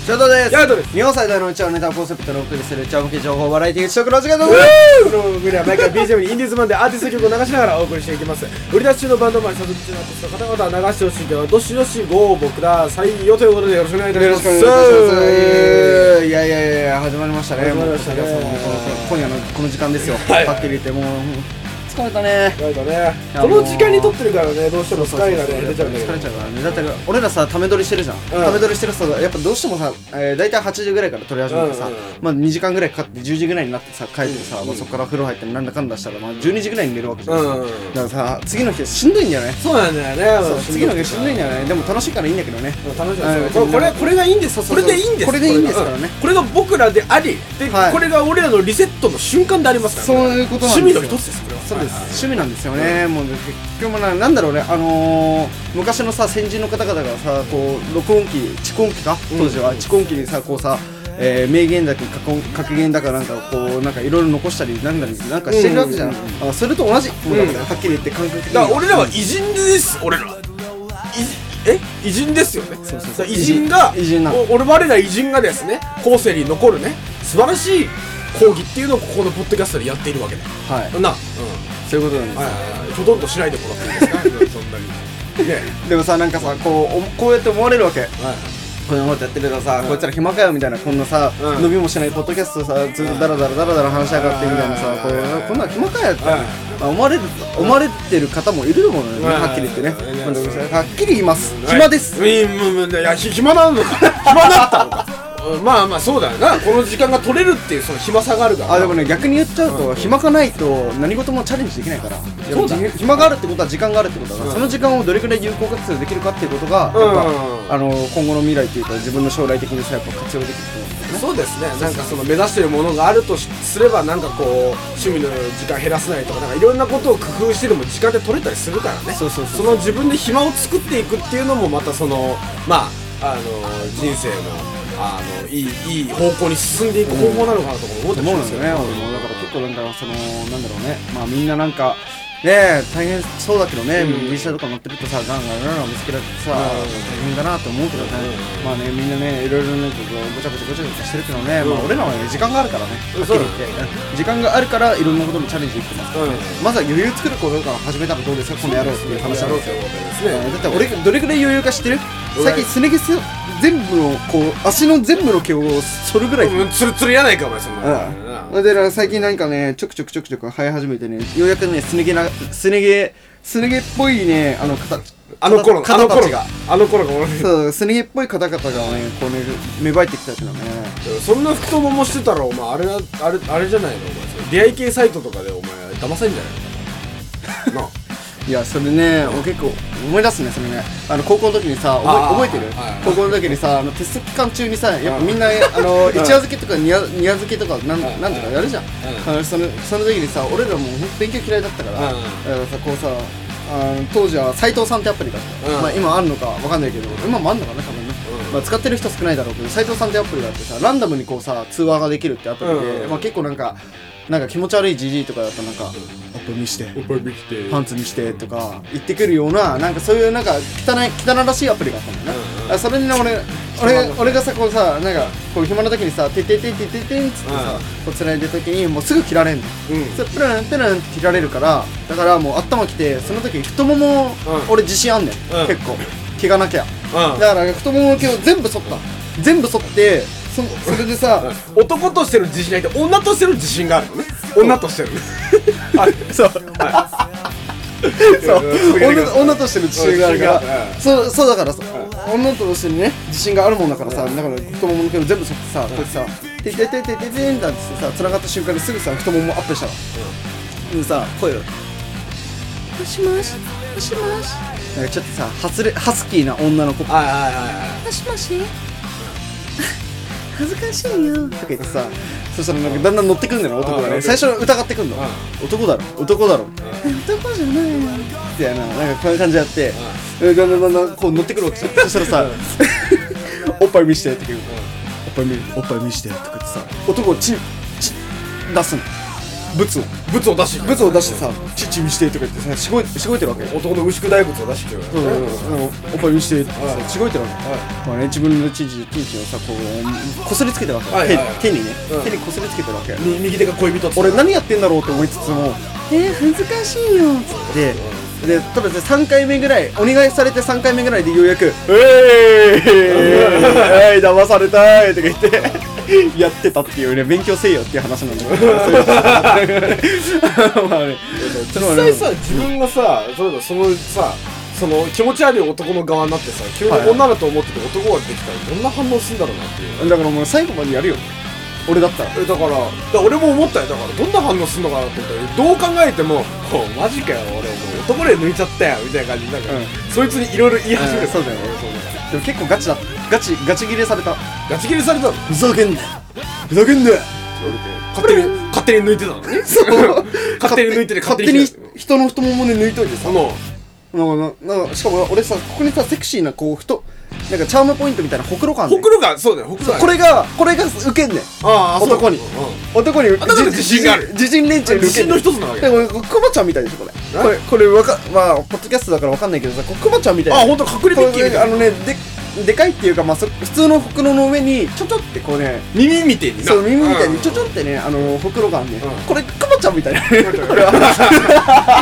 ショートですヤートです日本最大のうちわのネタをコンセプトにお送りするうちわ向け情報バラエティー取得の時間でございますこの番組では毎回 BGM にインディーズ版でアーティスト曲を流しながらお送りしていきます売り出し中のバンドマンサブ中のアーティスト方々は流してほしいではどしどしご応募くださいよということでよろしくお願いいたしよろましすくお願いします。いやいやいや、始まりましたね。始まりましたねもうこの今夜のこの時間ですよ。はいはっきり言って、もう疲れたね。疲れたねいやこの時間に撮ってるからねどうしても疲れがね出ちゃうんだけ疲どれちゃうからね。だって俺らさ、ため撮りしてるじゃん。うんため撮りしてるさ、やっぱどうしてもさ、えー大体8時ぐらいから撮り始めてさうんうんうん、まあ2時間ぐらいかかって10時ぐらいになってさ、帰ってさ、まあそこから風呂入ってなんだかんだしたら、まあ12時ぐらいに寝るわけじゃん。うんうんうんだからさ、次の日はしんどいんだよね。そうなんだよねそう次の日はしんどいんだよよね。でも楽しいからいいんだけどね。楽しいうんですよこれこれこれがいいんですそうそこうそうれでいいんですこれでいいんですからねこれが僕らでありではいこれが俺らのリセットの瞬間でありますからねそういうことなんですよ趣味の一つですこれはそうです、趣味なんですよね、もう結局もななんだろうね、あのー、昔のさ先人の方々がさこう録音機、蓄音機か当時は、蓄音機にさこうさ、えー名言だけ格音格言だかなんかこうなんかいろいろ残したりなんだりなんかしてるわけじゃん、うんうんあそれと同じ、もうだからはっきり言って感覚的にだから俺らは偉人です俺ら偉え偉人ですよねそうそうそう偉人が偉人なのお俺我ら偉人がですね後世に残るね素晴らしい講義っていうのをここのポッドキャストでやっているわけだはいな、うんそういうことなんです、はい、ほとんどしないでもらっていいですか そんなにねでもさなんかさこうおこうやって思われるわけはいこんなことやってるとさ、こいつら暇かよみたいなこんなさ、うん伸びもしないポッドキャストさずっとダラダラダラダラ話しやがってみたいなさ、うんこうこんなん暇かよって、う思われる思われてる方もいるもんね、んはっきり言ってね、うんはっきり言います、暇です、ういうんうんいやひ暇なのか暇だったのかうんまあまあそうだよなこの時間が取れるっていうその暇さがあるからあでもね逆に言っちゃうと、暇がないと何事もチャレンジできないからそうだやっぱ暇があるってことは時間があるってことだから、その時間をどれくらい有効活用できるかっていうことが、うんやっぱあの今後の未来っていうか自分の将来的にさやっぱ活用できると思うんだよねそうですねなんかその目指してるものがあるとしすればなんかこう趣味の時間減らせないとかなんかいろんなことを工夫してでも時間で取れたりするからねそうそうそうの自分で暇を作っていくっていうのもまたそのまああの人生のあのいいいい方向に進んでいく方法なのかなとか思って思もううんんですですよよね、ね俺もだから結構なんかそのなんだろうねまあみんななんかねえ大変そうだけどね、うん電車とか乗ってるとさガンガンガンガン見つけられてさ、大変だなと思うけどね、うまあねみんなねいろいろなんかこうごちゃごちゃごちゃごちゃしてるけどね、まあうん俺らはね時間があるからね、うはっんきり言って時間があるからいろんなことにチャレンジできてますから、うんまずは余裕作ることから始めたらどうですかこの野郎っていう話なん話だろうでとすよいうこだとですねって俺どれくらい余裕か知ってるうん最近すね毛す全部のこう足の全部の毛を剃るぐらいうんつるつるやないかお前そんなうん、でなんか最近なんかねちょくちょくちょくちょく生え始めてねようやくねすね毛なすね毛すね毛っぽいねあの形あの頃形あの形頃ががあの頃が俺そうすね毛っぽい方々がねこうね芽生えてきたけどねそんな太ももしてたらお前あれだあれあれじゃないのお前それ出会い系サイトとかでお前騙されんじ ゃないのなあいやそれね俺結構思い出すねそれねあの高校の時にさあー覚え覚えてるはいはい高校の時にさあのテスト期間中にさやっぱみんなあの一夜漬けとか二夜二夜漬けとかなんはいなんとかやるじゃんあのそのその時にさ俺らもう本当勉強嫌いだったからうんうんだからさこうさあの当時は斎藤さんってアプリがあって、うんまあ、今あるのかわかんないけど今もあるのかな多分ね、うんまあ、使ってる人少ないだろうけど斎藤さんってアプリがあってさランダムにこうさ通話ができるってアプリで、うんまあ、結構なんかなんか気持ち悪いじじいとかだとなんかアップ見してお前見てパンツ見してとか言ってくるようななんかそういうなんか汚い汚らしいアプリがあったんだよね、うんうあそれにね俺俺俺がさこうさなんかこう暇な時にさ「ててててててん」っつってさ、うんこうつないでる時にもうすぐ切られんの、うんそれプルンプルンって切られるからだからもう頭きてその時太もも、ん俺自信あんねん、うん結構毛がなきゃ、うんだから太ももの毛を全部剃った、全部剃ってそそれでさ、男としての自信ないって女としての自信があるのね女としての はいそうそう続けてく女ださい女としての自信があるかうんらそうそうだからさ女としてね自信があるもんだからさだから太ももの毛を全部剃ってさこうやってさ「ててててててん」だってさつながった瞬間にすぐさ太ももアップしたのでさ声を「もしもしもしもし」なんかちょっとさハスレハスキーな女の子はいはいはもしもし恥ずかしいよとか言ってさそしたらなんかだんだん乗ってくんだよ男がうねん最初疑ってくんの男だろ男だろ男じゃないよってやななんかこういう感じやってえだんだんだんだんこう乗ってくるわけじゃんそしたら さおっぱい見してって言うおっぱい見おっぱい見してとか言ってさ男をチンチン出すのブツをブツを出してブツを出してさ「父見して」とか言ってさしごいしごいてるわけ男の牛久大仏を出してくるうんうんうん、おっぱい見してってさはいしごいてるわけ、はまあね、自分のチンチンチンチンをさこうこすりつけてるわけ、はいはいはい手手にね、うん手にこすりつけてるわけ、み右手が恋人っつって俺何やってんだろうって思いつつもえー、難しいよっつってで多分ね3回目ぐらいお願いされて3回目ぐらいでようやく「えい、 えい、騙されたい」とか言って やってたっていうね勉強せえよっていう話なんだけどそういうの まあねちょっとま実あね際さ自分がさそういうのそのさその気持ち悪い男の側になってさ急にはい女だと思ってて男ができたらどんな反応するんだろうなっていうだからもう最後までやるよ俺だったらえだからだから俺も思ったよだからどんな反応するのかなと思ったよどう考えても「こうマジかよ俺もう男で抜いちゃったよ」みたいな感じになんか、うんそいつにいろいろ言い始めうるんそうだよねでも結構ガチだガチガチ切れされたガチ切れされたのふざけんなよふざけんなよ勝手に勝手に抜いてたのねそう 勝手に抜いてて勝勝手手にに人の太ももで抜いといてさあのなんかななんかしかも俺さここにさセクシーなこう太なんかチャームポイントみたいなほくろ感ほくろがそうだよほくろがこれがこれがウケんねんああそう男にうん男にあだから自信がある自自信連中にウケんねん自信の一つなわけでもこれクマちゃんみたいでしょこれなこれこれわかまあポッドキャストだからわかんないけどさこうクマちゃんみたいあな本当隠れてっきりみこうたあいなのねででかいっていうかまあそ普通のほくろの上にちょちょってこうね耳みてえになそう耳みたいにちょちょょってねあのほくろがあんねんうんこれクマちゃんみたいなね これは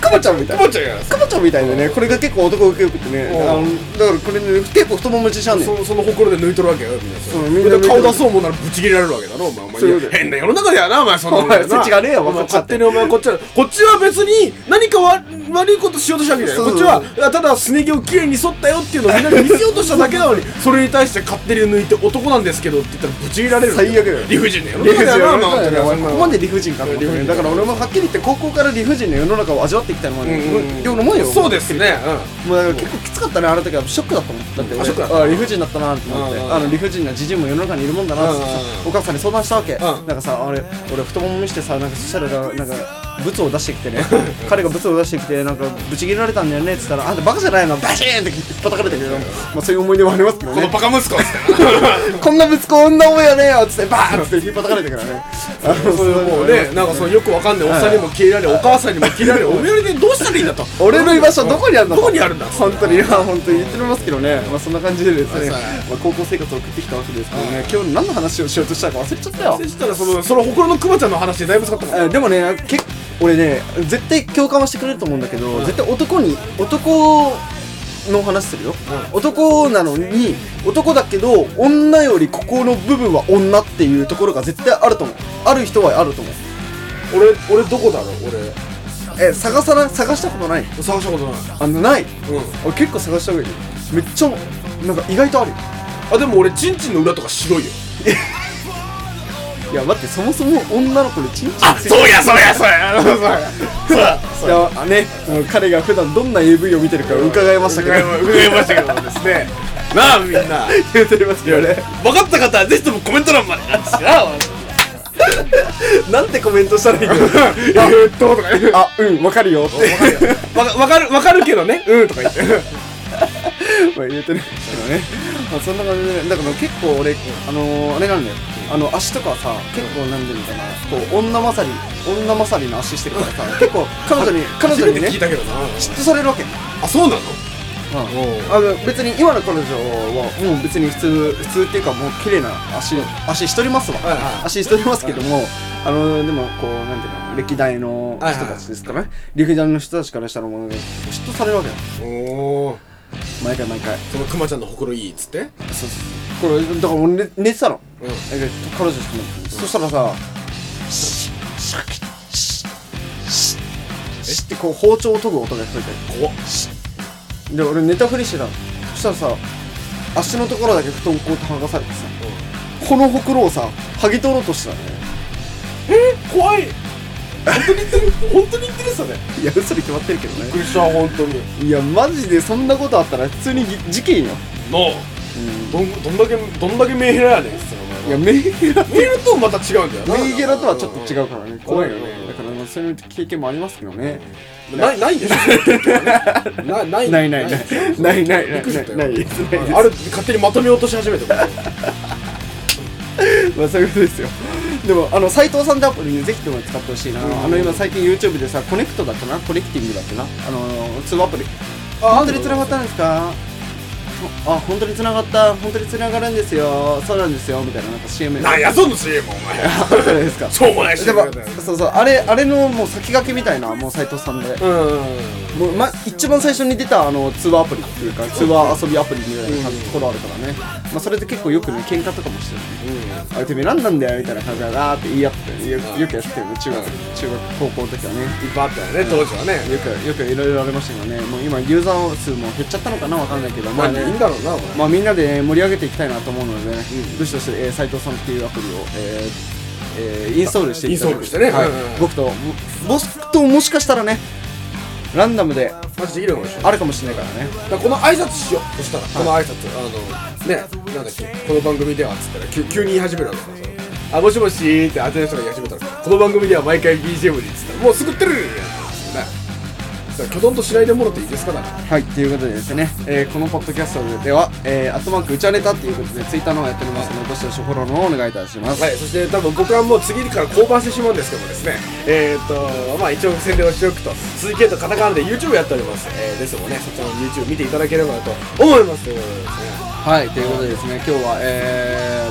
クマちゃんみたいなくまちゃんやカバちゃんみたいなね、これが結構男受けよくてね、うんあのだからこれね、結構太もも自信あんねん。そそのほくろで抜いとるわけよみんなそうみんな抜いてる顔出そうもんならぶち切れられるわけだろお前お前そういうこと変な世の中だよなお前そんなもんお前なそっちがねえよお前こっちだっ勝て手にお前こっちはこっちは別に何かわ悪いことしようとしたわけじゃなそいこうそうっちそうはただすね毛をきれいに剃ったよっていうのをみんなに見せようとしただけなの にそれに対して勝手に抜いて男なんですけどって言ったらぶち切れられる最悪だよ理不尽な世の理不中尽な世だよなの中だよねおこ前こまで理不尽かと思ってねうんだから俺もはっきり言って高校から理不尽な世の中を味わってきたのはね、うんようなもんよそうですねうんもうだから結構きつかったねあの時はショックだったもんだって俺あショックだったあ理不尽だったなって思ってうんうんあの理不尽なじじいも世の中にいるもんだなってさうんうんうんお母さんに相談したわけんなんかさあれ俺太もも見してさなんかそしたらななんかブツを出してきてね 彼がブツを出してきてなんかブチ切れられたんだよねって言ったらあんたバカじゃないのバシーンって叩かれたけどまあそういう思い出もありますけどこのねバカ息子っつってこんな息子女思いやねえよっつってバーンっつって引っ張たかれたからねあのそれもうね、なんかそのよくわかんないおっさんにも消えられ、お母さんにも消えられ、おめえでどうしたらいいんだと。俺の居場所どこにあるんだどこにあるんだ本当にいや本当に言ってますけどねまあそんな感じでですねはいまあ高校生活を送ってきたわけですけどね今日何の話をしようとしたか忘れちゃったよそしたらその、そのほくろのクマちゃんの話でだいぶ使ったもん。あでもねけ俺ね絶対共感はしてくれると思うんだけど絶対男に男の話するよ男なのに男だけど女よりここの部分は女っていうところが絶対あると思うある人はあると思う俺、俺どこだろう俺。え探さな探したことない探したことない。あのないうん。俺結構探した上でめっちゃなんか意外とあるよあ、でも俺、チンチンの裏とか白いよ。いや待ってそもそも女の子でチンチンついてうや、そうや、そうや、そうや。そうや。いやあねもう彼が普段どんな AV を見てるか伺いましたけど伺いましたけどもですね。なあ、みんな。言うてますけどね分かった方はぜひともコメント欄まで。なんですよななんてコメントしたらいいのあえっと、とか 言うあうんわかるよってわかわかる、わかるけどね。うん、とか言って。まあ言うてるんですけどね、まあ、そんな感じでねだから結構俺あのー、あれなんだよあの足とかさ結構なんでみたいなこう女勝り女勝りの足してるからさ結構彼女に彼女にね聞い嫉たけどな。妬されるわけあ、そうなのうんあの別に今の彼女はもう別に普通普通っていうかもう綺麗な足足しとりますわ、はいはい足しとりますけども、あのでもこうなんていうの歴代の人たちですかね、歴代の人たちからしたらもう嫉妬されるわけよおお。毎回毎回そのクマちゃんのほくろいいっつってそうそうこれだから俺寝寝てたの、うんえ彼女とも、そしたらさシッシャキッシッシッシッってこう包丁を研ぐ音が聞こえて怖っで俺寝たふりしてたのそしたらさ足のところだけ布団こう剥がされてさ、このほくろをさ剥ぎ取ろうとしてたのね怖い本当に言ってる本当に言ってるそれびっ いや嘘に決まってるけどねくりした本当にいやマジでそんなことあったら普通にぎ事件よ、のどんどんだけどんだけメンヘラやねんっつってい やメイゲラメールともまた違うんだよなメイゲラとはちょっと違うからね怖いようねんだからまあそういう経験もありますけどねないないでしょなないないないないないないなびっいくりしたよないない あある勝手にまとめようとし始めてるまあそういうことですよ でもあの斉藤さんってアプリねぜひとも使ってほしいな、うんあの今最近 YouTube でさコネクトだったなコネクティングだったなあの通話アプリあ本当に繋がったんですかあ本当に繋がった本当に繋がるんですよそうなんですよみたいななんか CM な んやその CM お前あるじゃないですかそうも ないしでもそうそうあれあれのもう先駆けみたいなもう斉藤さんでうんもう、ま、一番最初に出たあの通話アプリっていうか通話遊びアプリみたいなところあるからね、まあ、それで結構よくね喧嘩とかもしてるあれてめえ何なんだよみたいな感じだなって言い合ってよよくやってたよね中学中学高校の時はねいっぱいあったよね当時はねよくよくいろいろありましたけどねもう今ユーザー数も減っちゃったのかなわかんないけどままああいねいんだろうなお前まあみんなで、ね、盛り上げていきたいなと思うので、ねうん武士として、えー、斉藤さんっていうアプリを、えーえーインストールしていただいインストールしてねはいうんうん僕と僕ともしかしたらねランダムでマジできるかもしれないあるかもしれないからねだからこの挨拶しようそしたらこの挨拶あのねなんだっけこの番組ではっつったら急急に言い始めるわけだからさあもしもしーって当ての人が言い始めたらこの番組では毎回 BGM でっつったらもうすぐってるやんねだからきょとんとしないでもろっていいですかだからはい、ということでですね、えーこのポッドキャストでは、えー、アットマークうちゃネタっていうことで、ツイッターの方やっておりますので、どしどしフォローの方お願いいたします。はい、そして多分僕はもう次から降板してしまうんですけどもですね、えっ、と、まあ一応宣伝をしておくと、続けとカタカナで YouTube やっております。えー、ですもんね、そちらの YouTube 見ていただければなと思います。ということでですねはい、ということでですね、今日は、え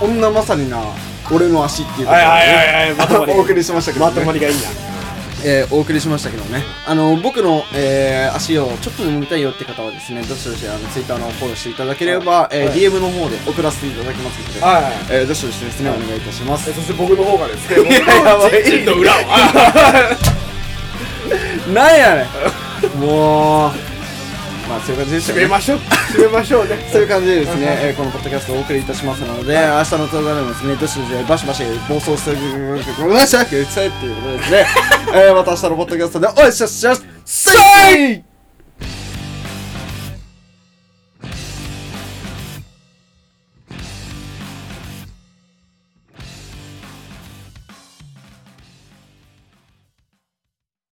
ー、女まさにな、俺の足っていうことで、はいはいはいはいま とまり お送りしましたけど、まね、とまりがいいな。えーお送りしましたけどね、あの、僕の、えー足をちょっと飲みたいよって方はですね、どしどし、あの、ツイッターのフォローしていただければ、えーはい DM の方で送らせていただきますので、はいえーどしどしですね、お願いいたしますえ。そして僕の方がですね、僕いややばのいチンの裏を。なんやねんもうまあそういう感じでした締めねましょう。締めましょうね。そういう感じでですね、えーこのポッドキャストをお送りいたしますので、明日の動画でもですね、どしどしバシバシ暴走してごめんなさいっていうことですね、えーまた明日のポッドキャストでお会いしましょうさい